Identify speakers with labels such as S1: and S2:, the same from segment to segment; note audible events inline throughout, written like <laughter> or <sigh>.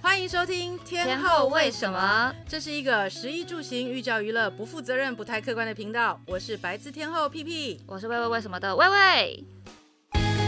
S1: 欢迎收听《天后为什么》，这是一个食衣住行、寓教于乐、不负责任、不太客观的频道。我是白字天后屁屁。
S2: 我是喂喂为什么的喂喂。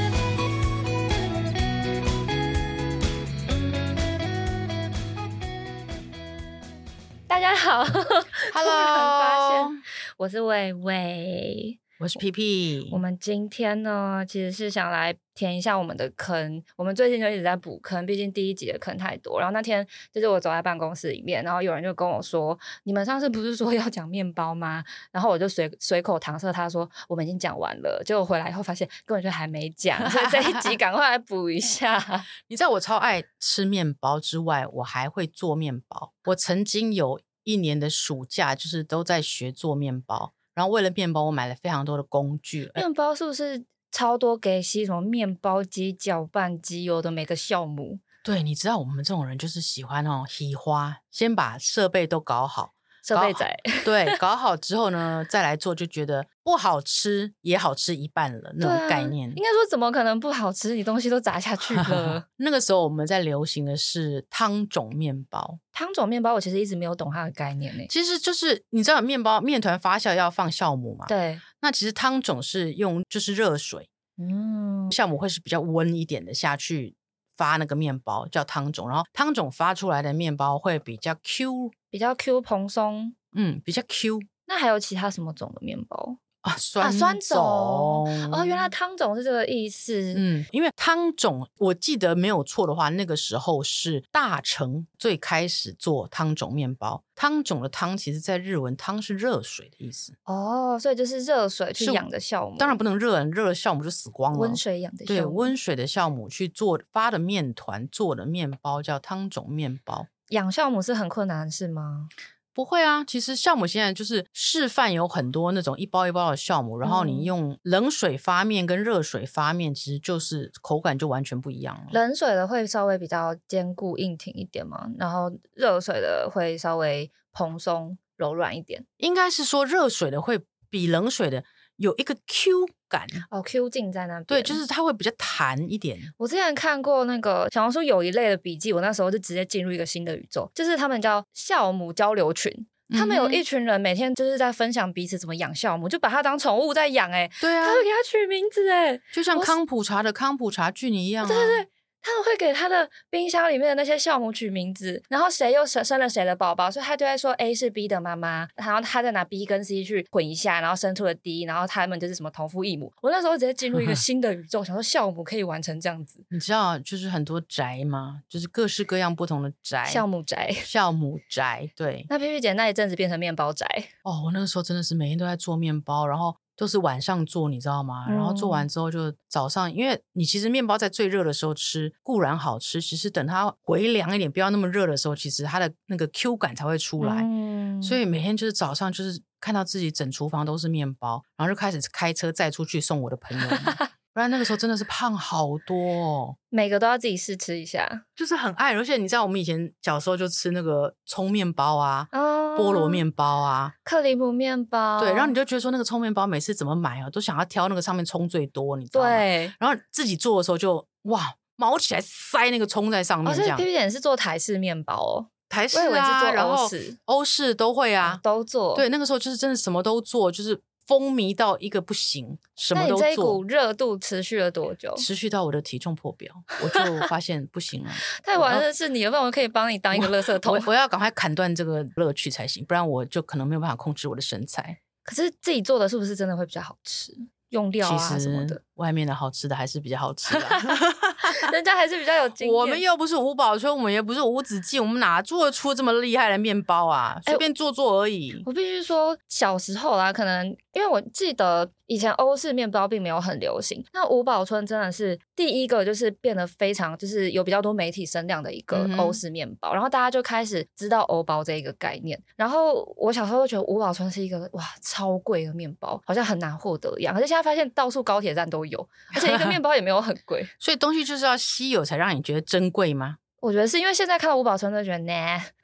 S2: 大家好， <laughs>
S1: Hello，
S2: 我是喂喂。
S1: 我是屁屁
S2: 我。们今天呢，其实是想来填一下我们的坑。我们最近就一直在补坑，毕竟第一集的坑太多。然后那天就是我走在办公室里面，然后有人就跟我说：“你们上次不是说要讲面包吗？”然后我就随随口搪塞他说：“我们已经讲完了。”结果回来以后发现根本就还没讲，所以这一集赶快来补
S3: <laughs>
S2: 一下。
S3: 你知道我超爱吃面包之外，我还会做面包。我曾经有一年的暑假，就是都在学做面包。然后为了面包，我买了非常多的工具。呃
S2: 面包是不是超多给西什么面包机、搅拌机，有的每个酵母。
S3: 对，你知道我们这种人就是喜欢那种喜花，先把设备都搞好。
S2: 设
S3: 哦
S2: 备仔，
S3: 对，搞好之后呢，再来做就觉得不好吃也好吃一半了那
S2: 对
S3: 种
S2: 啊
S3: 概念。
S2: 应该说怎么可能不好吃？你东西都砸下去
S3: <laughs>
S2: 了。
S3: 那个时候我们在流行的是汤种面包，
S2: 汤种面包，我其实一直没有懂它的概念呢、
S3: 其实就是你知道面包面团发酵要放酵母嘛？
S2: 对，
S3: 那其实汤种是用就是热水，
S2: 嗯，
S3: 酵母会是比较温一点的下去发那个面包，叫汤种。然后汤种发出来的面包会比较 Q，
S2: 比较 Q 蓬松。
S3: 嗯，比较 Q
S2: 那还有其他什么种的面包？
S3: 啊，酸
S2: 酸
S3: 种
S2: 哦，原来汤种是这个意思。
S3: 嗯，因为汤种，我记得没有错的话，那个时候是大成最开始做汤种面包。汤种的汤，其实在日文汤是热水的意思，
S2: 哦，所以就是热水去
S3: 是
S2: 养的酵母，
S3: 当然不能热，热了酵母就死光了。
S2: 温水养的酵母。
S3: 对温水的酵母去做发的面团做的面包叫汤种面包。
S2: 养酵母是很困难是吗？
S3: 不会啊，其实酵母现在就是示范有很多那种一包一包的酵母，然后
S2: 嗯
S3: 你用冷水发面跟热水发面，其实就是口感就完全不一样了。
S2: 冷水的会稍微比较坚固硬挺一点嘛，然后热水的会稍微蓬松柔软一点。
S3: 应该是说热水的会比冷水的有一个 Q 感，
S2: 哦，Q 劲在那边。
S3: 对，就是它会比较弹一点。
S2: 我之前看过那个小红书有一类的笔记，我那时候就直接进入一个新的宇宙，就是他们叫酵母交流群。他们有
S3: 嗯
S2: 一
S3: 哼
S2: 群人每天就是在分享彼此怎么养酵母，就把它当宠物在养、欸，哎、
S3: 对啊
S2: 他，会给它取名字、欸，哎，
S3: 就像
S2: 我是
S3: 康普茶的康普茶菌一样、啊。
S2: 对对对，他们会给他的冰箱里面的那些酵母取名字，然后谁又生生了谁的宝宝，所以他就会说 A 是 B 的妈妈，然后他再拿 B 跟 C 去混一下，然后生出了 D，然后他们就是什么同父异母。我那时候直接进入
S3: <laughs>
S2: 一个新的宇宙，想说酵母可以完成这样子，
S3: 你知道就是很多宅吗？就是各式各样不同的宅，
S2: 酵母宅。
S3: <laughs> 酵母宅，对。
S2: 那 P P 姐那一阵子变成面包宅，
S3: 哦，我那个时候真的是每天都在做面包，然后都是晚上做，你知道吗？然后做
S2: 嗯
S3: 完之后就早上，因为你其实面包在最热的时候吃固然好吃，其实等它回凉一点，不要那么热的时候，其实它的那个 Q 感才会出来。
S2: 嗯
S3: 所以每天就是早上就是看到自己整厨房都是面包，然后就开始开车载出去送我的朋友 <laughs> 们，不然那个时候真的是胖好多、哦。
S2: 每个都要自己试吃一下。
S3: 就是很爱，而且你知道我们以前小时候就吃那个葱面包啊、
S2: 哦
S3: 菠萝、面包啊，
S2: 克里姆面包，
S3: 对，然后你就觉得说那个葱面包每次怎么买哦，都想要挑那个上面葱最多，你知道吗？。
S2: 对。
S3: 然后自己做的时候就哇，毛起来塞那个葱在上
S2: 哦，
S3: 面，
S2: 所
S3: 这
S2: 以
S3: 样、
S2: P P 姐是做台式面包哦，
S3: 台式
S2: 我以为是
S3: 啊，
S2: 做
S3: 然
S2: 欧
S3: 后
S2: 式哦
S3: 欧式都会啊。
S2: 都做。
S3: 对，，那个时候就是真的什么都做，就是风靡到一个不行，什
S2: 那
S3: 么
S2: 你
S3: 都
S2: 这一股
S3: 做，
S2: 热度持续了多久？
S3: 持续到我的体重破表，我就发现不行
S2: <laughs>
S3: 了。
S2: 太晚了，是你，要不然我可以帮你当一个垃圾桶
S3: 我。我要赶快砍断这个乐趣才行，不然我就可能没有办法控制我的身材。
S2: 可是自己做的是不是真的会比较好吃？用料
S3: 其
S2: 啊什么的
S3: 实，外面的好吃的还是比较好吃的。
S2: 人家还是比较有 <laughs> 经验。
S3: 我们又不是吴宝春，我们也不是吴子敬，我们哪做得出这么厉害的面包啊？
S2: 哎
S3: 随便做做而已。
S2: 我必须说，小时候啦，可能因为我记得以前欧式面包并没有很流行，那五宝村真的是第一个，就是变得非常就是有比较多媒体声量的一个
S3: 嗯哼
S2: 欧式面包，然后大家就开始知道欧包这一个概念。然后我小时候就觉得五宝村是一个哇超贵的面包，好像很难获得一样，可是现在发现到处高铁站都有，而且一个面包也没有很贵。 <laughs>
S3: 所以东西就是要稀有才让你觉得珍贵吗？
S2: 我觉得是因为现在看到五宝村就觉得呢，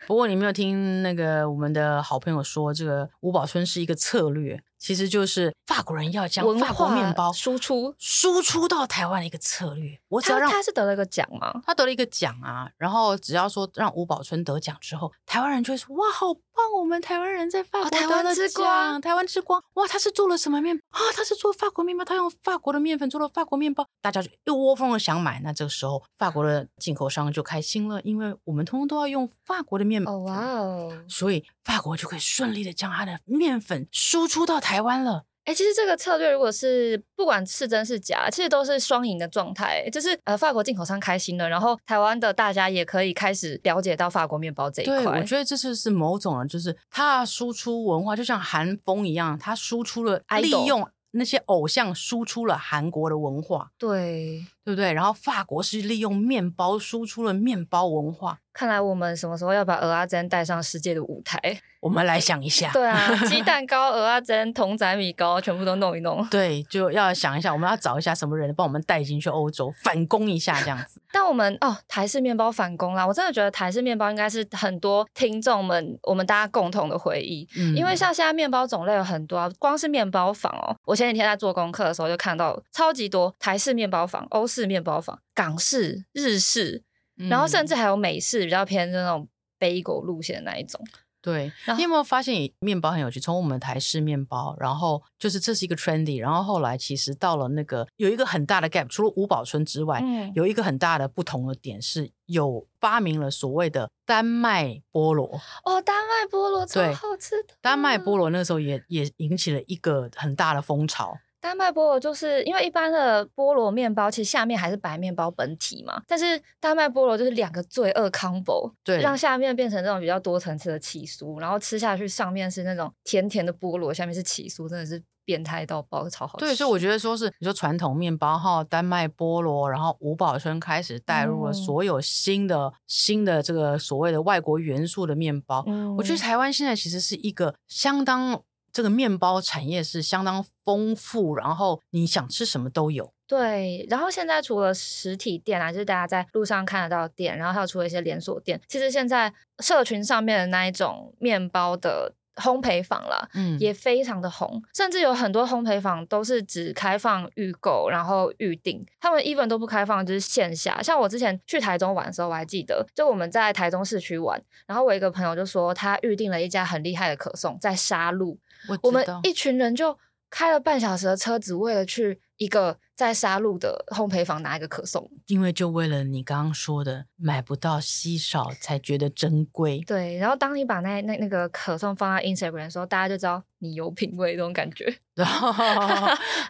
S3: 不过你没有听那个我们的好朋友说，这个吴宝春是一个策略，其实就是法国人要将
S2: 文
S3: 法国
S2: 化
S3: 面包
S2: 输出
S3: 输出到台湾的一个策略。我只要
S2: 他
S3: 让
S2: 他是得了个奖吗？
S3: 他得了一个奖啊，然后只要说让吴宝春得奖之后，台湾人就会说哇，好棒！我们台湾人在法
S2: 哦
S3: 国
S2: 台
S3: 得
S2: 湾
S3: 了
S2: 之
S3: 奖
S2: 光
S3: 台湾之光，哇，他是做了什么面包啊？他是做法国面包，他用法国的面粉做了法国面包，大家就一窝蜂的想买。那这个时候，法国的进口商就开心了，因为我们通通都要用法国的面粉。
S2: 哦哇哦！
S3: 所以法国就可以顺利的将它的面粉输出到台湾了。
S2: 哎、其实这个策略如果是不管是真是假，其实都是双赢的状态。就是呃，法国进口商开心了，然后台湾的大家也可以开始了解到法国面包这一
S3: 对，
S2: 块
S3: 我。觉得这就是某种的，就是它输出文化，就像韩风一样，它输出了
S2: Idol
S3: 利用那些偶像输出了韩国的文化，
S2: 对，
S3: 对不对？然后法国是利用面包输出了面包文化。
S2: 看来我们什么时候要把鹅阿珍带上世界的舞台？ <laughs>
S3: 我们来想一下，
S2: 对啊，鸡蛋糕、鹅阿珍、童仔米糕，全部都弄一弄。
S3: 对，就要想一下，我们要找一下什么人帮我们带进去欧洲，反攻一下这样子。
S2: 但我们哦，台式面包反攻啦！我真的觉得台式面包应该是很多听众们我们大家共同的回忆。
S3: 嗯
S2: 因为像现在面包种类有很多、啊，光是面包房哦，我前几天在做功课的时候就看到超级多台式面包房、欧式面包房、港式、日式，然后甚
S3: 嗯
S2: 至还有美式，比较偏那种 bagel 路线的那一种。
S3: 对，
S2: 然
S3: 你
S2: 后
S3: 有没有发现面包很有趣？从我们台式面包，然后就是这是一个 trendy，然后后来其实到了那个有一个很大的 gap，除了五宝春之外，
S2: 嗯，
S3: 哎有一个很大的不同的点是有发明了所谓的丹麦菠萝。
S2: 哦，丹麦菠萝超
S3: 对
S2: 好吃的。啊
S3: 丹麦菠，
S2: 嗯
S3: 萝那时候也也引起了一个很大的风潮。
S2: 丹麦菠萝就是因为一般的菠萝面包其实下面还是白面包本体嘛，但是丹麦菠萝就是两个罪恶 combo，
S3: 对
S2: 让下面变成这种比较多层次的起酥，然后吃下去上面是那种甜甜的菠萝，下面是起酥，真的是变态到爆，超好吃。
S3: 对，所以我觉得说是你说传统面包哈，丹麦菠萝，然后吴宝春开始带入了
S2: 嗯
S3: 所有新的、新的这个所谓的外国元素的面包。
S2: 嗯
S3: 我觉得台湾现在其实是一个相当这个面包产业是相当丰富，然后你想吃什么都有。
S2: 对，然后现在除了实体店啊，就是大家在路上看得到店，然后还有除了一些连锁店，其实现在社群上面的那一种面包的烘焙坊啦，
S3: 嗯
S2: 也非常的红，甚至有很多烘焙坊都是只开放预购，然后预定，他们 even 都不开放就是线下。像我之前去台中玩的时候，我还记得，就我们在台中市区玩，然后我一个朋友就说他预定了一家很厉害的可颂在沙鹿，
S3: 我
S2: 我
S3: 知
S2: 们
S3: 道
S2: 一群人就开了半小时的车，只为了去一个在沙鹿的烘焙坊拿一个可颂。
S3: 因为就为了你刚刚说的买不到稀少才觉得珍贵。 <laughs>
S2: 对，然后当你把那那那个可颂放在 Instagram 的时候，大家就知道你有品味这种感觉。
S3: 然
S2: <laughs>
S3: 后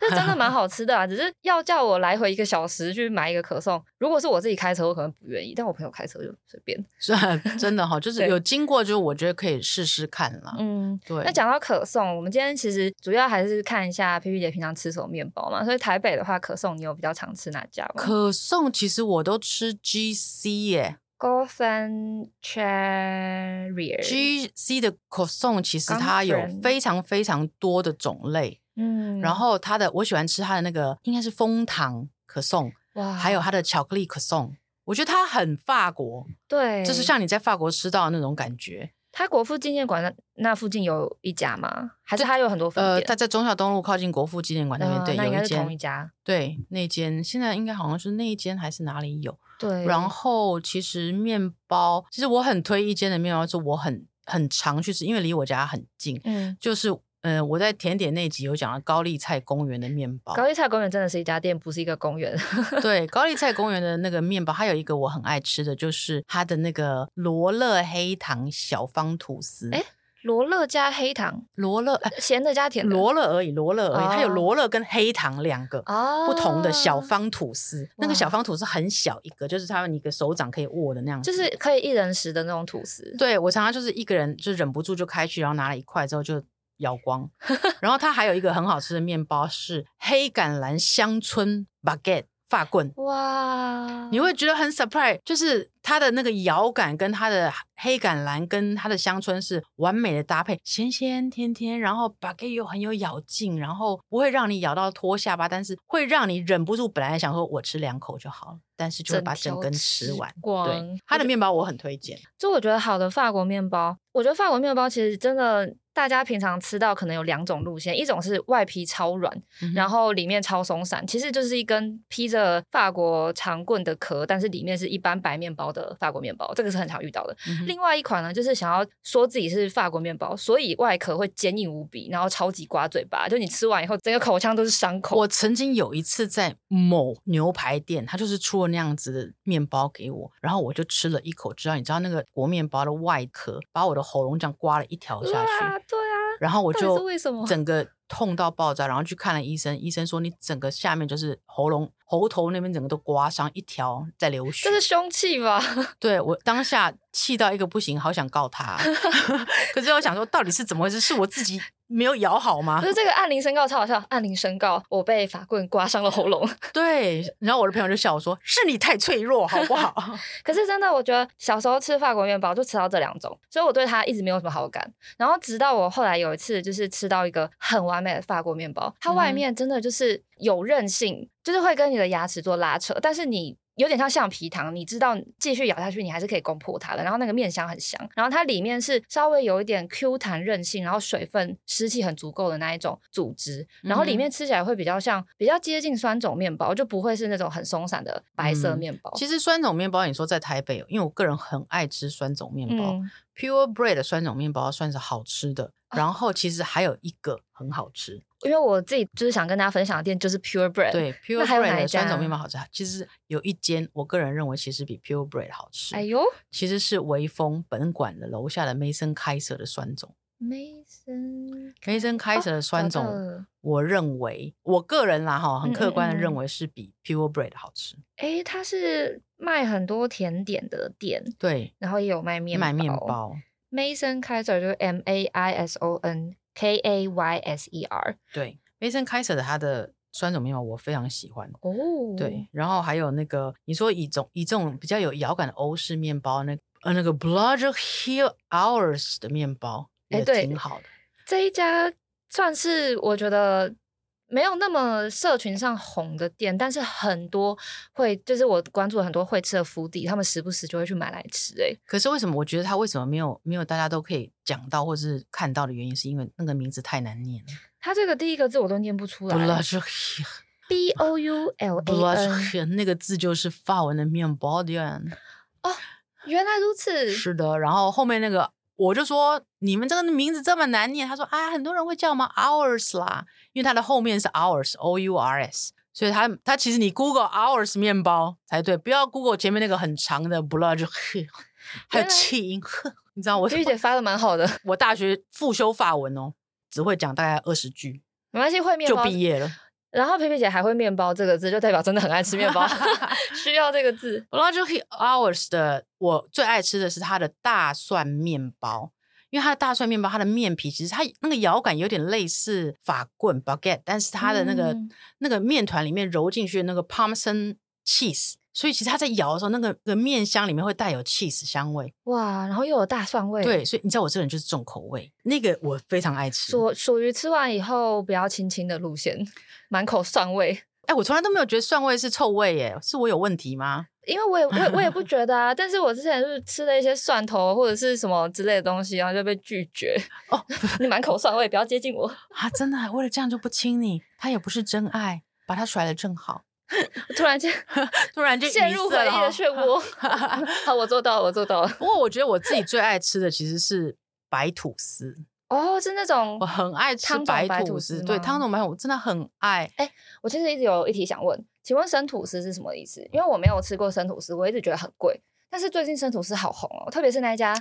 S2: 那真的蛮好吃的啊，只是要叫我来回一个小时去买一个可颂。如果是我自己开车，我可能不愿意，但我朋友开车就随便。
S3: 是啊真的哈、就是
S2: 对
S3: 有经过，就我觉得可以试试看啦。
S2: 嗯，
S3: 对，
S2: 那讲到可颂，我们今天其实主要还是看一下 P P 姐平常吃什么面包嘛。所以台北的话，可颂你有比较常吃哪家吗？
S3: 可颂其实我都吃 GC 耶
S2: Golden Cherry
S3: ，GC 的可颂其实它有
S2: Gumfren
S3: 非常非常多的种类，
S2: 嗯
S3: 然后它的我喜欢吃它的那个应该是枫糖可颂，
S2: 哇，
S3: 还有它的巧克力可颂，我觉得它很法国，
S2: 对，
S3: 就是像你在法国吃到的那种感觉。
S2: 它国父纪念馆那那附近有一家吗？还是它有很多分
S3: 呃，
S2: 店？
S3: 它在忠孝东路靠近国父纪念馆那边，
S2: 呃
S3: 对，
S2: 那应
S3: 有
S2: 该
S3: 一
S2: 是同一
S3: 间，
S2: 家。
S3: 对，那间现在应该好像是那一间还是哪里有。
S2: 对，
S3: 然后其实面包，其实我很推一间的面包，是我很很常去吃，因为离我家很近。
S2: 嗯，
S3: 就是呃，我在甜点那集有讲到高丽菜公园的面包，
S2: 高丽菜公园真的是一家店，不是一个公园。 <laughs>
S3: 对，高丽菜公园的那个面包，还有一个我很爱吃的，就是它的那个罗勒黑糖小方吐司。
S2: 诶罗勒加黑糖，
S3: 罗勒，哎
S2: 咸的加甜的，
S3: 罗勒而已，罗勒而已，它有
S2: 哦
S3: 罗勒跟黑糖两个。
S2: 哦
S3: 不同的小，方吐司，那个小
S2: 哇
S3: 方吐司很小一个，就是他们一个手掌可以握的那样子，
S2: 哦就是可以一人食的那种吐司。
S3: 对我常常就是一个人就忍不住就开去，然后拿了一块之后就咬
S2: <laughs>
S3: 光。然后它还有一个很好吃的面包是黑橄榄乡村 baguette 发棍，
S2: 哇，
S3: 你会觉得很 surprise，就是它的那个咬感跟它的黑橄榄跟它的乡村是完美的搭配，咸咸甜甜，然后 baguette 又很有咬劲，然后不会让你咬到脱下巴，但是会让你忍不住本来想说我吃两口就好了，但是就会把整
S2: 条
S3: 根吃完。
S2: 光。
S3: 对，它的面包我很推荐。
S2: 就我觉得好的法国面包，我觉得法国面包其实真的大家平常吃到可能有两种路线，一种是外皮超软，
S3: 嗯哼
S2: 然后里面超松散，其实就是一根披着法国长棍的壳，但是里面是一般白面包的法国面包，这个是很常遇到的。
S3: 嗯哼
S2: 另外一款呢，就是想要说自己是法国面包，所以外壳会坚硬无比，然后超级刮嘴巴，就你吃完以后整个口腔都是伤口。
S3: 我曾经有一次在某牛排店，他就是出了那样子的面包给我，然后我就吃了一口，之后你知道那个薄面包的外壳把我的喉咙这样刮了一条下
S2: 哇
S3: 去，
S2: 对啊，
S3: 然后我
S2: 到底
S3: 就是
S2: 为什么
S3: 整个痛到爆炸，然后去看了医生，医生说你整个下面就是喉咙喉头那边整个都刮伤一条在流血
S2: 这，是凶器吧？ <laughs>
S3: 对我当下气到一个不行，好想告他， <laughs> 可是我想说到底是怎么回事，是我自己没有咬好吗
S2: 不？是这个按铃申告超好笑，按铃申告我被法棍刮伤了喉咙。
S3: 对，然后我的朋友就笑我说是你太脆弱好不好？
S2: 可是真的，我觉得小时候吃法国面包就吃到这两种，所以我对它一直没有什么好感。然后直到我后来有一次，就是吃到一个很完美的法国面包，它
S3: 嗯
S2: 外面真的就是有韧性，就是会跟你的牙齿做拉扯，但是你。有点像橡皮糖，你知道继续咬下去，你还是可以攻破它的。然后那个面香很香，然后它里面是稍微有一点 Q 弹韧性，然后水分湿气很足够的那一种组织，然后
S3: 嗯
S2: 里面吃起来会比较像比较接近酸种面包，就不会是那种很松散的白色
S3: 嗯
S2: 面
S3: <laughs>
S2: 包。
S3: 其实酸种面包，你说在台北，哦因为我个人很爱吃酸种面包、
S2: 嗯
S3: p u r e Bread 的酸种面包算是好吃的。然后其实还有一个很好吃，
S2: 因为我自己就是想跟大家分享的店就是 Pure Bread，
S3: 对 Pure
S2: 那还有哪
S3: Bread
S2: 一
S3: 的
S2: 家
S3: 酸种面包好吃。其实有一间，我个人认为其实比 Pure Bread 好吃。
S2: 哎呦
S3: 其实是微风本馆的楼下的 Mason 开设的酸种。
S2: ，Mason，
S3: Mason 开设的酸
S2: 找
S3: 种，
S2: 到了
S3: 我认为我个人啦哈，很客观的
S2: 嗯嗯嗯
S3: 认为是比 Pure Bread 好吃。
S2: 哎，它是卖很多甜点的店，
S3: 对，
S2: 然后也有卖面
S3: 卖面。包，
S2: Mason Kaiser 就是 M A I S O N K A Y S E R，
S3: 对，Mason 开设的它的酸种面包我非常喜欢。
S2: 哦，
S3: 对，，然后还有那个你说以种以这种比较有摇感的欧式面包，那呃那个 Bludger Hill Hours 的面包
S2: 哎
S3: 也
S2: 对
S3: 挺好的。
S2: 这一家算是我觉得没有那么社群上红的店，但是很多会就是我关注了很多会吃的福地，他们时不时就会去买来吃、哎诶
S3: 可是为什么我觉得它为什么没有没有大家都可以讲到或是看到的原因，是因为那个名字太难念了。
S2: 它这个第一个字我都念不出来
S3: Bludger Hill
S2: ，B O U L A N，
S3: Bludger 那个字就是法文的面包店。
S2: 原来如此，
S3: 是的，然后后面那个我就说你们这个名字这么难念，他说啊，很多人会叫我们 hours 啦，因为它的后面是 hours o u r s，所以它它其实你 Google hours 面包才对，不要 Google 前面那个很长的 blood，还有
S2: 原来
S3: 气音， <laughs> 你知道我
S2: 玉姐发的蛮好的，
S3: 我大学复修法文哦，只会讲大概二十句
S2: 没关系，会面
S3: 就
S2: 包
S3: 毕业了。
S2: 然后皮皮姐还会面包这个字，就代表真的很爱吃面包， <laughs> 需要这个字。
S3: Logic Hours 的我最爱吃的是它的大蒜面包，因为它的大蒜面包，它的面皮其实它那个咬感有点类似法棍 baguette，但是它的那个、
S2: 嗯
S3: 那个面团里面揉进去的那个 parmesan cheese，所以其实它在咬的时候，那个那个面香里面会带有 cheese 香味。
S2: 哇，然后又有大蒜味，，
S3: 对，所以你知道我这个人就是重口味，那个我非常爱吃。
S2: 属属于吃完以后不要轻轻的路线，满口蒜味。
S3: 哎，我从来都没有觉得蒜味是臭味耶，是我有问题吗？
S2: 因为我也我也我也不觉得 <laughs> 啊，但是我之前就是吃了一些蒜头或者是什么之类的东西，然后就被拒绝。
S3: 哦，
S2: <laughs> 你满口蒜味，不要接近我。
S3: 啊，真的啊，为了这样就不亲你，他也不是真爱，把他甩了正好。
S2: <laughs> 突然间
S3: 突然就
S2: <laughs> 陷
S3: 语
S2: 入
S3: 塞
S2: 回忆
S3: 了哈
S2: 的漩 <laughs> 涡。好，我做到了，我做到了。
S3: 不过我觉得我自己最爱吃的其实是白吐司，
S2: 哦，是那种
S3: 我很爱吃
S2: 汤种
S3: 白
S2: 白
S3: 吐
S2: 吐
S3: 司，
S2: 司
S3: 对
S2: 吗
S3: 汤种白吐司我真的很爱。
S2: 我其实一直有一题想问，请问生吐司是什么意思？因为我没有吃过生吐司，我一直觉得很贵。但是最近生吐司好红哦，特别是那一家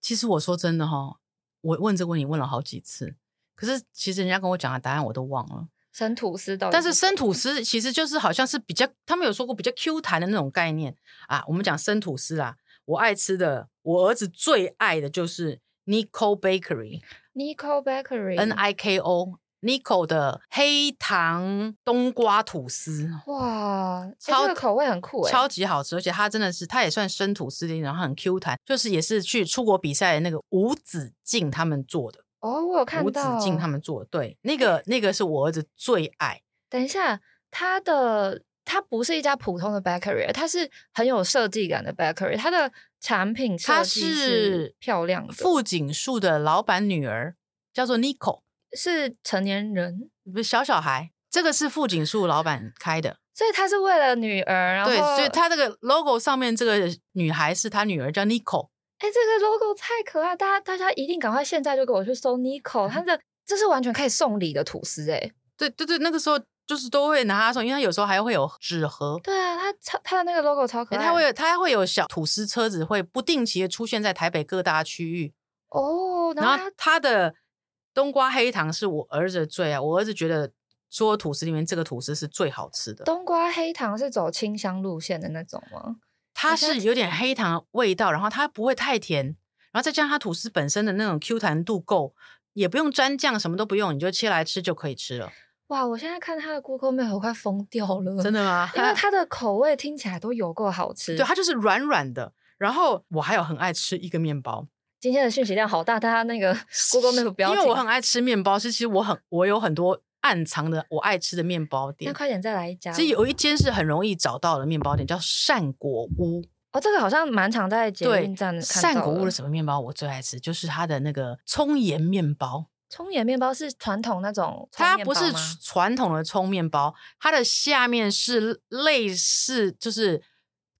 S3: 其实我说真的哈、我问这个问题问了好几次，可是其实人家跟我讲的答案我都忘了。
S2: 生吐司到底
S3: 但是
S2: 什么
S3: 生吐司其实就是好像是比较，他们有说过比较 Q 弹的那种概念啊。我们讲生吐司啦，我爱吃的，我儿子最爱的就是 Nico Bakery。
S2: Nico Bakery
S3: N I K O Nico 的黑糖冬瓜吐司，
S2: 哇，欸
S3: 超
S2: 这个口味很酷哎，
S3: 超级好吃，而且它真的是，它也算生吐司店，然后很 Q 弹，就是也是去出国比赛的那个吴子敬他们做的，
S2: 哦，我有看
S3: 吴子
S2: 到。
S3: 敬他们做的，对，那个那个是我儿子最爱，
S2: 等一下，它的它不是一家普通的 bakery，它欸是很有设计感的 bakery，它的产品设
S3: 她
S2: 计
S3: 是
S2: 漂亮的，
S3: 富锦树的老板女儿，叫做 Nico，
S2: 是成年人，
S3: 不是小小孩。这个是富锦树老板开的，
S2: 所以它是为了女儿，然后
S3: 对，所以他这个 logo 上面这个女孩是他女儿叫 Nico，
S2: 哎，这个 logo 太可爱，大家大家一定赶快现在就给我去搜 Nico，它
S3: 嗯
S2: 的这是完全可以送礼的吐司哎、
S3: 对对对，那个时候就是都会拿它送，因为它有时候还会有纸盒，
S2: 对啊，它超它的那个 logo 超可
S3: 诶
S2: 爱，
S3: 它会有它会有小吐司车子会不定期的出现在台北各大区域，
S2: 哦，然
S3: 然
S2: 后
S3: 后
S2: 它
S3: 它的冬瓜黑糖是我儿子的最爱，我儿子觉得所有吐司里面这个吐司是最好吃的，
S2: 冬瓜黑糖是走清香路线的那种吗？
S3: 它是有点黑糖味道，然后它不会太甜，然后再加上它吐司本身的那种 Q 弹度够，也不用沾酱，什么都不用，你就切来吃就可以吃了，
S2: 哇，我现在看它的 Google Map 我快疯掉了，
S3: 真
S2: 的，
S3: 的吗？
S2: 嗯因为它的口味听起来都有够好吃。
S3: <laughs> 对，它就是软软的。然后我还有很爱吃一个面包，
S2: 今天的讯息量好大，大家那个 Google Map 不要
S3: 因
S2: 停，
S3: 为我很爱吃面包，是其实我很我有很多暗藏的我爱吃的面包
S2: 那
S3: 店。
S2: 快点再来一家吧。
S3: 其实有一间是很容易找到的面包店，叫善果屋。
S2: 哦，这个好像蛮常在捷
S3: 对
S2: 运站，嗯看
S3: 善
S2: 到
S3: 果屋
S2: 的
S3: 的什么面包我最爱吃，就是它的那个葱盐面包。
S2: 葱盐面包是传统那种葱
S3: 它
S2: 面
S3: 不
S2: 包
S3: 是
S2: 吗
S3: 传统的葱面包，它的下面是类似就是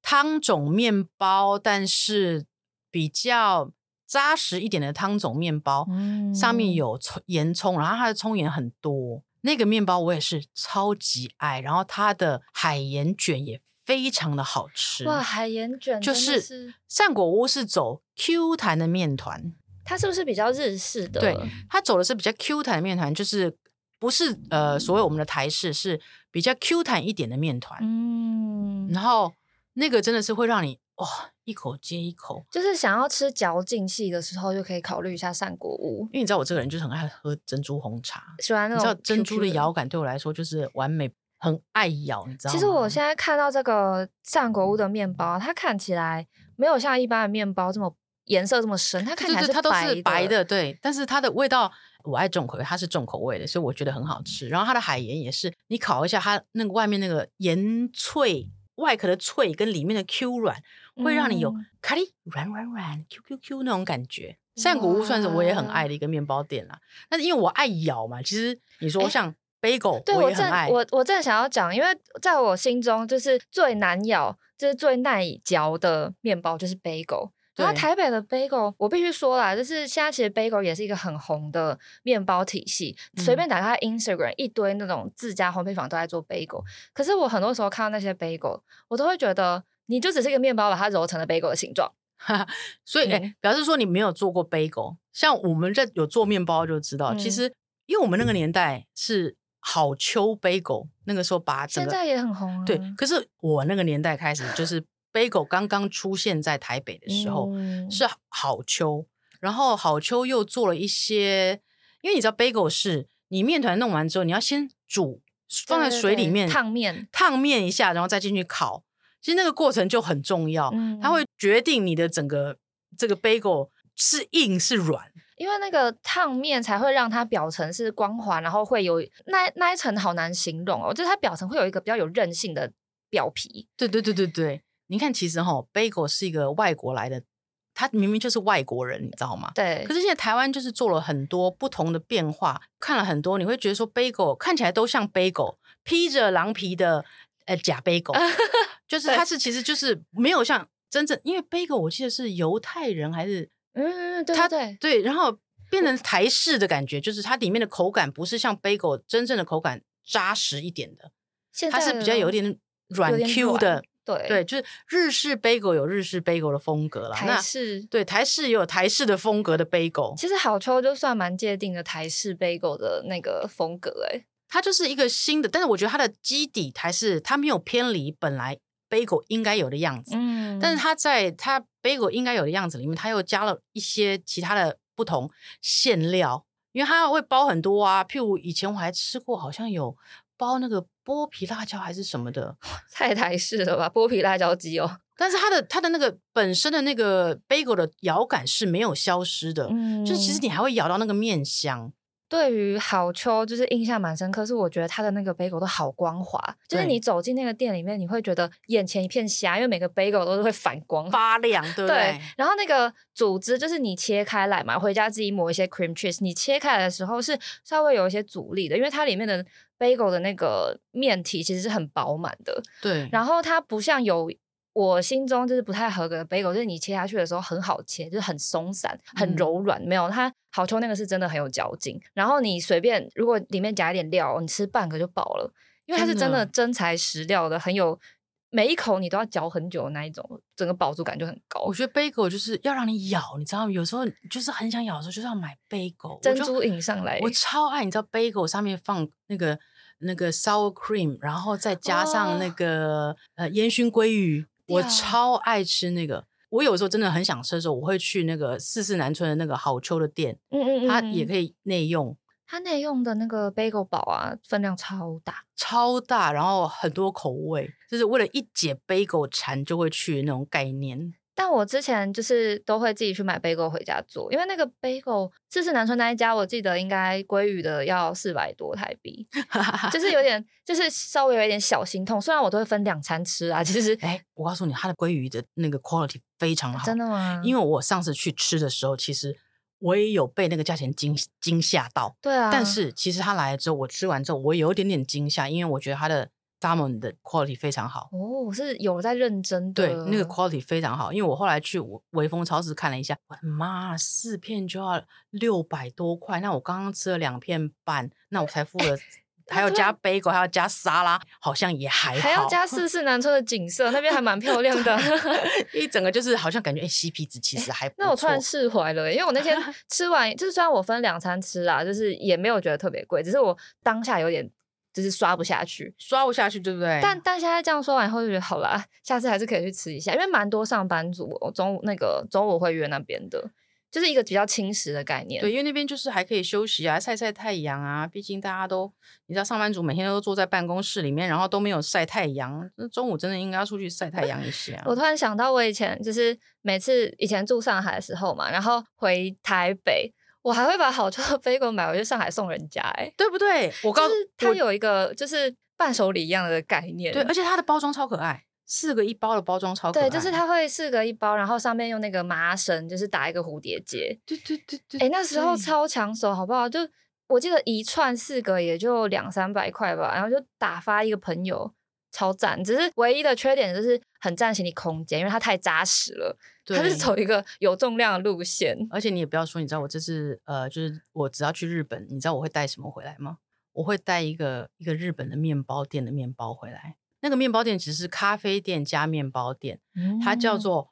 S3: 汤种面包，但是比较扎实一点的汤种面包。
S2: 嗯
S3: 上面有葱盐葱，然后它的葱盐很多。那个面包我也是超级爱，然后它的海盐卷也非常的好吃。
S2: 哇海盐卷
S3: 就
S2: 真的
S3: 是
S2: 是嗯
S3: 善果屋是走 Q 弹的面团，
S2: 它是不是比较日式的？
S3: 对它走的是比较 Q 弹的面团，就是不是呃所谓我们的台式，是比较 Q 弹一点的面团。
S2: 嗯，
S3: 然后那个真的是会让你哇一口接一口，
S2: 就是想要吃嚼劲细的时候，就可以考虑一下善果屋，
S3: 因为你知道我这个人就是很爱喝珍珠红茶，
S2: 喜欢那
S3: 你知道
S2: 种
S3: 珍珠的
S2: QQ
S3: 咬感对我来说就是完美，很爱咬，你知道吗？
S2: 其实我现在看到这个战国屋的面包，啊它看起来没有像一般的面包这么颜色这么深，它看
S3: 对
S2: 起来
S3: 对对，它都
S2: 白
S3: 是白的，对，但是它的味道我爱重口味，它是重口味的，所以我觉得很好吃。然后它的海盐也是，你烤一下它那个外面那个盐脆。外壳的脆跟里面的 Q 软，会让你有
S2: 嗯
S3: 咔哩软软软 Q Q Q 那种感觉。善谷屋算是我也很爱的一个面包店啦，但是因为我爱咬嘛，其实你说
S2: 哎
S3: 像 bagel
S2: 对
S3: 我
S2: 我
S3: 也很
S2: 正
S3: 爱，
S2: 我我正想要讲，因为在我心中就是最难咬，就是最耐嚼的面包就是 bagel。然后
S3: 对
S2: 台北的 bagel，我必须说啦，就是现在其实 bagel 也是一个很红的面包体系，随
S3: 嗯
S2: 便打开 Instagram 一堆那种自家烘焙坊都在做 bagel。可是我很多时候看到那些 bagel，我都会觉得你就只是一个面包把它揉成了 bagel 的形状。
S3: 所以、哎，
S2: 嗯
S3: 表示说你没有做过 bagel，像我们在有做面包就知道，其
S2: 嗯
S3: 实因为我们那个年代是好秋 bagel，那个时候把整
S2: 现
S3: 个
S2: 在也很红、啊，
S3: 对，可是我那个年代开始就是 bagel 刚刚出现在台北的时候、
S2: 嗯
S3: 是好秋，然后好秋又做了一些，因为你知道 bagel 是你面团弄完之后你要先煮，放在
S2: 对
S3: 水里
S2: 对
S3: 面
S2: 烫面
S3: 烫面一下，然后再进去烤。其实那个过程就很重要，
S2: 嗯
S3: 哦它会决定你的整个这个 bagel 是硬是软。
S2: 因为那个烫面才会让它表层是光滑，然后会有那那一层好难形容哦，就是它表层会有一个比较有韧性的表皮。
S3: 对对对对对，你看，其实哈、bagel 是一个外国来的，他明明就是外国人，你知道吗？
S2: 对，
S3: 可是现在台湾就是做了很多不同的变化，看了很多，你会觉得说 bagel 看起来都像 bagel，披着狼皮的呃假 <laughs> bagel，就是它是其实就是没有像真正，因为 bagel 我记得是犹太人还是
S2: 嗯，嗯对
S3: 它
S2: 对对，
S3: 对，然后变成台式的感觉，就是它里面的口感不是像 bagel 真正的口感扎实一点的，
S2: 现在
S3: 它是比较有点软
S2: 有点
S3: Q 的。
S2: 对
S3: 对，就是日式 bagel 有日式 bagel 的风格啦。
S2: 台
S3: 那
S2: 式。
S3: 对台式也有台式的风格的 bagel，
S2: 其实好秋就算蛮界定的台式 bagel 的那个风格哎、
S3: 它就是一个新的，但是我觉得它的基底还是它没有偏离本来 bagel 应该有的样子。
S2: 嗯
S3: 但是它在它 bagel 应该有的样子里面，它又加了一些其他的不同馅料，因为它会包很多啊。譬如以前我还吃过，好像有包那个剥皮辣椒还是什么的，
S2: 太台式了吧，剥皮辣椒鸡哦，
S3: 但是它的它的那个本身的那个 bagel 的咬感是没有消失的，
S2: 嗯
S3: 就是其实你还会咬到那个面香。
S2: 对于好秋就是印象蛮深刻，是我觉得它的那个 bagel 都好光滑，就是
S3: 对
S2: 你走进那个店里面，你会觉得眼前一片瞎，因为每个 bagel 都是会反光。
S3: 发亮，对不
S2: 对，然后那个组织就是你切开来嘛，回家自己抹一些 cream cheese。你切开来的时候是稍微有一些阻力的，因为它里面的 bagel 的那个面体其实是很饱满的，
S3: 对
S2: 然后它不像有我心中就是不太合格的 bagel，就是你切下去的时候很好切，就是很松散、很
S3: 嗯
S2: 柔软，没有它好秋那个是真的很有嚼劲。然后你随便如果里面加一点料，你吃半个就饱了，因为它是真
S3: 真的
S2: 的真材实料的，很有。每一口你都要嚼很久的那一种，整个饱足感就很高。
S3: 我觉得 bagel 就是要让你咬，你知道吗？有时候就是很想咬的时候，就是要买 bagel。
S2: 珍珠饮上来
S3: 我超爱，你知道 bagel 上面放那个那个 sour cream，然后再加上那
S2: 哦
S3: 个、呃烟熏鲑鱼，我
S2: 呀
S3: 超爱吃那个。我有时候真的很想吃的时候，我会去那个四四南村的那个好秋的店，
S2: 嗯嗯嗯，
S3: 它也可
S2: 以。
S3: 以内用，
S2: 它内用的那个 bagel 堡啊，分量超大，
S3: 超大，然后很多口味，就是为了一解 bagel 馋就会去那种概念。 <laughs>
S2: 但我之前就是都会自己去买 bagel 回家做，因为那个 bagel 四四南村那一家，我记得应该鲑鱼的要四百多台
S3: <laughs>
S2: 币，就是有点，就是稍微有一点小心痛。虽然我都会分两餐吃啊，其实
S3: 哎、我告诉你，它的鲑鱼的那个 quality 非常好，
S2: <laughs> 真的吗？
S3: 因
S2: 为
S3: 为我上次去吃的时候，其实我也有被那个价钱惊惊吓到。
S2: 对啊，
S3: 但是其实他来了之后，我吃完之后，我有一点点惊吓，因为我觉得他的 salmon 的 quality 非常好，
S2: 哦，是有在认真的，
S3: 对，那个 quality 非常好。因为我后来去我微风超市看了一下，我的妈，四片就要六百多块，那我刚刚吃了两片半，那我才付 <laughs> 了，还要加 bagel，还要加沙拉，好像也还好，啊
S2: 还要
S3: <laughs>
S2: 加四四南村的景色，那边还蛮漂亮的。
S3: 一整个就是好像感觉哎，CP 值其实还不错。
S2: <laughs> 那我突然释怀了欸、因为我那
S3: <laughs>
S2: 天吃完，就是虽然我分两餐吃啦，就是也没有觉得特别贵，只是我当下有点就是刷不下去。
S3: 刷不下去，对不对？
S2: 但但现在这样说完以后，就觉得好啦，下次还是可以去吃一下，因为蛮多上班族哦中午那个中午会约那边的，就是一个比较轻食的概念。
S3: 对，因为那边就是还可以休息啊，晒晒太阳啊。毕竟大家都，你知道，上班族每天都坐在办公室里面，然后都没有晒太阳。那中午真的应该要出去晒太阳一啊下。
S2: 我突然想到，我以前就是每次以前住上海的时候嘛，然后回台北，我还会把好吃的飞狗买回去上海送人家、欸，哎，
S3: 对不对？我告
S2: 就
S3: 诉
S2: 是它有一个就是伴手礼一样的概念。
S3: 对，而且它的包装超可爱，四个一包的包装超可爱。
S2: 对，就是它会四个一包，然后上面用那个麻绳，就是打一个蝴蝶结。
S3: 对，对对对
S2: 哎、那时候
S3: 对
S2: 超抢手，好不好？就我记得一串四个也就两三百块吧，然后就打发一个朋友，超赞。只是唯一的缺点就是很占行李空间，因为它太扎实了，它是
S3: 对
S2: 走一个有重量的路线。
S3: 而且你也不要说，你知道我这次呃，就是我只要去日本，你知道我会带什么回来吗？我会带一个一个日本的面包店的面包回来。那个面包店只是咖啡店加面包店，它
S2: 嗯
S3: 叫做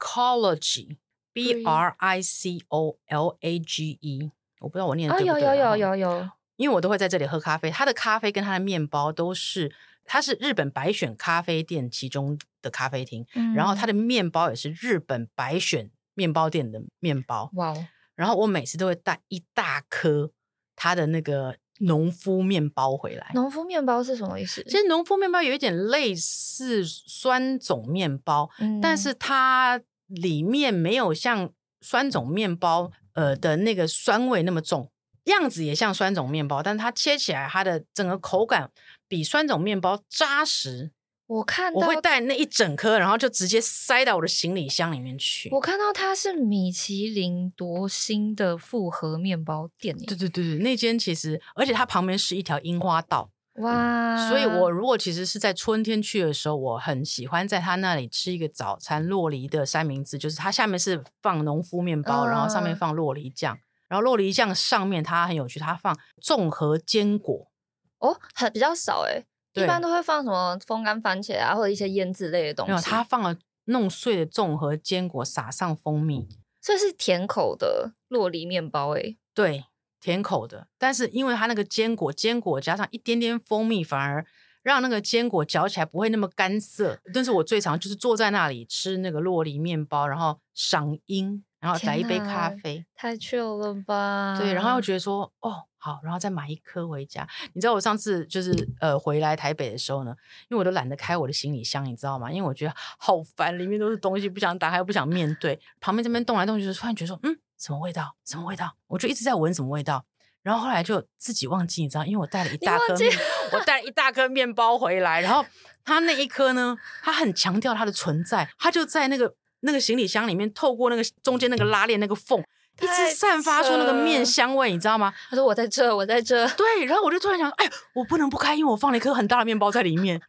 S3: bricology，b
S2: Bri-
S3: r i c o l a g e。我不知道我念
S2: 嗯
S3: 的
S2: 哦，
S3: 对不
S2: 有
S3: 对啦
S2: 有有
S3: 哈
S2: 有有，
S3: 因为我都会在这里喝咖啡。它的咖啡跟它的面包都是，它是日本百选咖啡店其中的咖啡厅，然后它
S2: 的
S3: 的面包也是日本百选面包店的面包。
S2: 哇哦，
S3: 然后我每次都会带一大颗它的那个农夫面包回来。
S2: 农夫面包是什么意思？
S3: 哎其实农夫面包有一点类似酸种面包，但
S2: 嗯
S3: 是它里面没有像酸种面包呃的那个酸味那么重，样子也像酸种面包，但是它切起来它的整个口感比酸种面包扎实。
S2: 我看
S3: 我
S2: 到
S3: 会带那一整颗，然后就直接塞到我的行李箱里面去。
S2: 我看到它是米其林夺星的复合面包店耶，
S3: 对对对对，那间其实，而且它旁边是一条樱花道，
S2: 哇！
S3: 所以我如果其实是在春天去的时候，我很喜欢在他那里吃一个早餐洛梨的三明治，就是它下面是放农夫面包，然后上面
S2: 嗯
S3: 放洛梨酱，然后洛梨酱上面它很有趣，它放综合坚果，
S2: 哦很比较少哎，一
S3: 对
S2: 般都会放什么风干番茄啊，或者一些腌制类的东
S3: 没有
S2: 西。
S3: 它放了弄碎的综合坚果，撒上蜂蜜，
S2: 所以是甜口的洛梨面包哎，
S3: 对，甜口的。但是因为它那个坚果，坚果加上一点点蜂蜜，反而让那个坚果嚼起来不会那么干涩。但是我最常就是坐在那里吃那个洛梨面包，然后赏樱，然后来一杯
S2: 天
S3: 咖
S2: 哪
S3: 啡，
S2: 太 chill 了吧？
S3: 对，然后又觉得说哦好，然后再买一颗回家。你知道我上次就是呃回来台北的时候呢，因为我都懒得开我的行李箱，你知道吗？因为我觉得好烦，里面都是东西，不想打开，不想面对。旁边这边动来动去，突然觉得说嗯，什么味道？什么味道？我就一直在闻什么味道。然后后来就自己忘记，你知道，因为我带了一大
S2: 忘
S3: 颗
S2: 记
S3: 面，我带了一大颗面包回来，然后它那一颗呢，它很强调它的存在，它就在那个那个行李箱里面，透过那个中间那个拉链那个缝，一
S2: 太
S3: 直散发出那个
S2: 扯
S3: 面香味，你知道吗？
S2: 他说我在这，我在这，
S3: 对，然后我就突然想，哎，我不能不开，因为我放了一颗很大的面包在里
S2: <laughs>
S3: 面。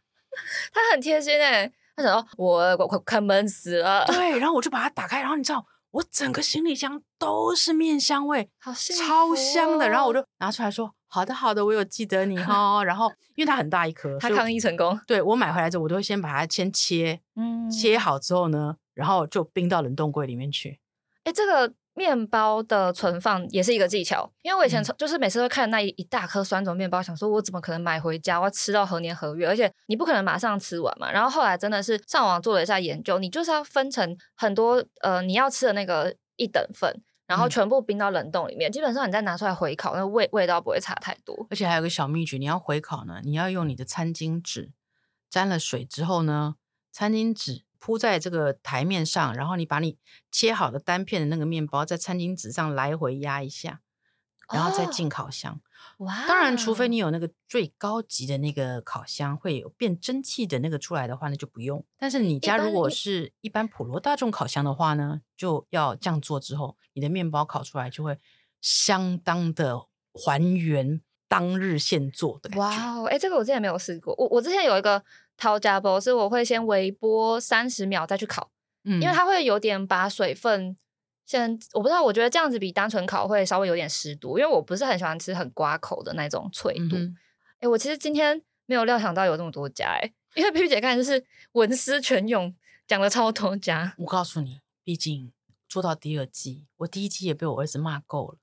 S2: 他很贴心哎、他想说我我我快闷死了，
S3: 对，然后我就把它打开，然后你知道，我整个行李箱都是面香味，
S2: 好幸哦福
S3: 超香的。然后我
S2: 就
S3: 就拿出来说：“好的，好的，我有记得你
S2: <laughs>
S3: 哈。”然后因为它很大一颗，
S2: 他
S3: 所以我
S2: 抗议成功，
S3: 对我买回来之后，我都会先把它先切，
S2: 嗯
S3: 切好之后呢，然后就冰到冷冻柜里面去。
S2: 哎、这个面包的存放也是一个技巧，因为我以前
S3: 嗯
S2: 从就是每次会看那一一大颗酸种面包，想说我怎么可能买回家，我要吃到何年何月？而且你不可能马上吃完嘛。然后后来真的是上网做了一下研究，你就是要分成很多呃你要吃的那个一等份。然后
S3: 嗯
S2: 全部冰到冷冻里面，基本上你再拿出来回烤，那味味道不会差太多。
S3: 而且还有个小秘诀，你要回烤呢，你要用你的餐巾纸沾了水之后呢，餐巾纸铺在这个台面上，然后你把你切好的单片的那个面包在餐巾纸上来回压一下，然后再
S2: 哦
S3: 进烤箱。
S2: 哇哦
S3: 当然，除
S2: 啊
S3: 非你有那个最高级的那个烤箱，会有变蒸汽的那个出来的话，那就不用。但是你家
S2: 般
S3: 如果
S2: 一
S3: 是一般普罗大众烤箱的话呢，就要这样做之后，你的面包烤出来就会相当的还原当日现做的感觉。
S2: 哇哦，哎、这个我之前没有试过。我我之前有一个掏家包，是我会先微波三十秒再去烤，
S3: 嗯
S2: 因为它会有点把水分先，我不知道，我觉得这样子比单纯烤会稍微有点湿度，因为我不是很喜欢吃很刮口的那种脆
S3: 嗯
S2: 度。哎、
S3: 哼
S2: 我其实今天没有料想到有这么多家、诶因为皮皮 <laughs> 姐刚才就是文思泉涌，讲了超多家，
S3: 我告诉你，毕竟做到第二季，我第一季也被我儿子骂够
S2: <laughs>
S3: 了。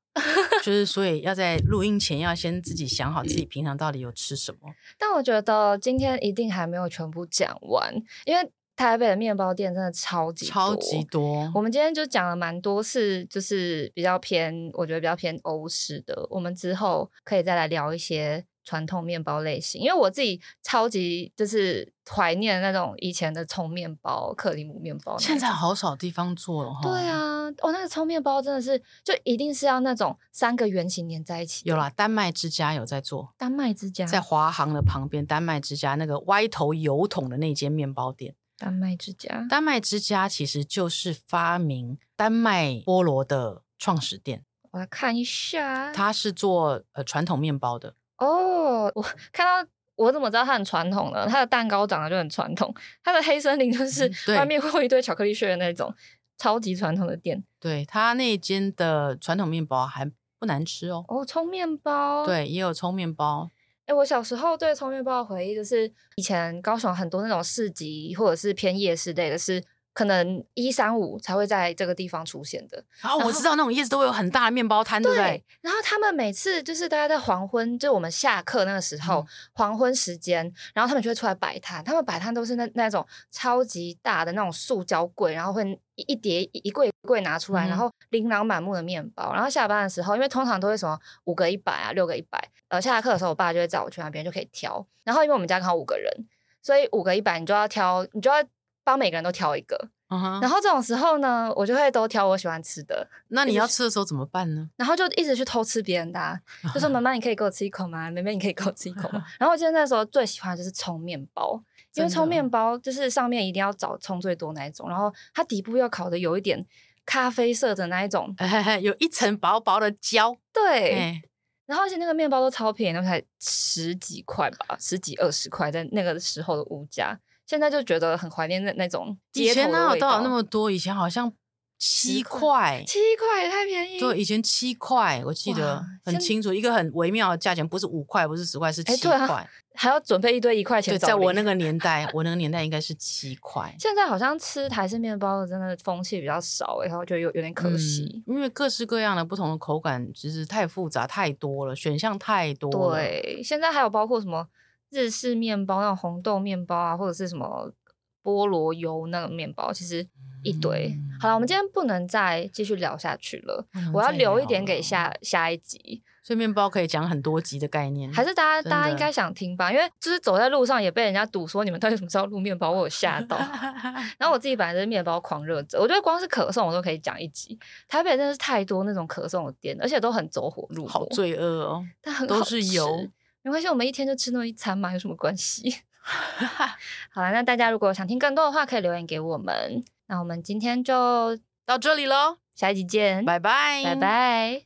S3: 就是，所以要在录音前要先自己想好自己平常到底有吃什么。
S2: 但我觉得今天一定还没有全部讲完，因为台北的面包店真的超级
S3: 超
S2: 多
S3: 级多，
S2: 我们今天就讲了蛮多次，就是比较偏，我觉得比较偏欧式的。我们之后可以再来聊一些传统面包类型，因为我自己超级就是怀念那种以前的葱面包、克里姆面包那一种。
S3: 现在好少地方做了哈。
S2: 对啊，哦，那个葱面包真的是就一定是要那种三个圆形连在一起的。
S3: 有啦，丹麦之家有在做，
S2: 丹麦之家，
S3: 在华航的旁边，丹麦之家那个歪头油桶的那间面包店，
S2: 丹麦之家，
S3: 丹麦之家其实就是发明丹麦菠萝的创始店，
S2: 我来看一下。
S3: 它是做呃传统面包的，
S2: 哦，我看到我怎么知道它很传统呢？它的蛋糕长得就很传统，它的黑森林就是
S3: 嗯对
S2: 外面会有一堆巧克力屑的那种，超级传统的店。
S3: 对，它那间的传统面包还不难吃哦，
S2: 哦，葱面包，，
S3: 对，也有葱面包，
S2: 哎、我小时候对葱面包的回忆就是，以前高雄很多那种市集或者是偏夜市类的是。可能一三五才会在这个地方出现的，
S3: 然后
S2: 然
S3: 哦我知道那种叶子都会有很大的面包摊，对不对？
S2: 然后他们每次就是大概在黄昏，就我们下课那个时候，
S3: 嗯
S2: 黄昏时间，然后他们就会出来摆摊。他们摆摊都是那那种超级大的那种塑胶柜，然后会一一叠一一柜一柜拿出来，
S3: 嗯
S2: 然后琳琅满目的面包。然后下班的时候，因为通常都会什么五个一百啊，六个一百。呃，下课的时候，我爸就会载我去那边就可以挑。然后因为我们家刚好五个人，所以五个一百你就要挑，你就要帮每个人都挑一个。
S3: 嗯哼，
S2: 然后这种时候呢，我就会都挑我喜欢吃的。
S3: 那你
S2: 一直
S3: 要吃的时候怎么办呢？ <laughs>
S2: 然后就一直去偷吃别人的、啊，就说妈妈你可以给我吃一口吗？妹妹你可以给我吃一口吗？然后我记得那时候最喜欢的就是葱面包，因
S3: 真
S2: 为
S3: 的哦
S2: 葱面包就是上面一定要找葱最多那一种，然后它底部要烤的有一点咖啡色的那一种，
S3: 有一层薄薄的胶，
S2: 对。
S3: 哎，
S2: 然后而且那个面包都超便宜，那才十几块吧，十几二十块，在那个时候的物价，现在就觉得很怀念那那种
S3: 以
S2: 街头
S3: 前
S2: 的
S3: 哪有
S2: 味
S3: 到
S2: 道
S3: 有那么多？以前好像七
S2: 块
S3: 块，
S2: 七块也太便宜，
S3: 对，以前七块，我记得
S2: 哇
S3: 很
S2: 现
S3: 清楚，一个很微妙的价钱，不是五块，不是十块，是
S2: 哎
S3: 七
S2: 对啊
S3: 块。
S2: 还要准备一堆一块钱
S3: 对，
S2: 找
S3: 在我
S2: 零
S3: 那个年代，我那个年代应该是七块。
S2: 现在好像吃台式面包的真的风气比较少、欸然后觉得有有点 <laughs> 可
S3: 嗯
S2: 惜。
S3: 因为各式各样的不同的口感，其实太复杂太多了，选项太多了。，
S2: 对，现在还有包括什么日式面包、那种红豆面包啊，或者是什么菠萝油那个面包，其实一堆。
S3: 嗯
S2: 好了，我们今天不能再继续聊下去了，
S3: 不能
S2: 我要
S3: 再
S2: 留一
S3: 聊
S2: 点给
S3: 了哦
S2: 下下一集。
S3: 所以面包可以讲很多集的概念，
S2: 还是大家
S3: 真
S2: 大家应
S3: 的
S2: 该想听吧，因为就是走在路上也被人家堵说你们到底什么时候要录面包，我有吓
S3: <laughs>
S2: 到。然后我自己本来就是面包狂热者，我觉得光是可颂我都可以讲一集。台北真的是太多那种可颂的店，而且都很走火入魔， <laughs>
S3: 好罪恶哦。
S2: 但很
S3: 都
S2: 好
S3: 是
S2: 吃
S3: 油。
S2: 没关系，我们一天就吃那么一餐嘛，有什么关
S3: <laughs>
S2: 系？好了，那大家如果想听更多的话，可以留言给我们。那我们今天就
S3: 到这里喽，
S2: 下一集见，
S3: 拜拜，
S2: 拜拜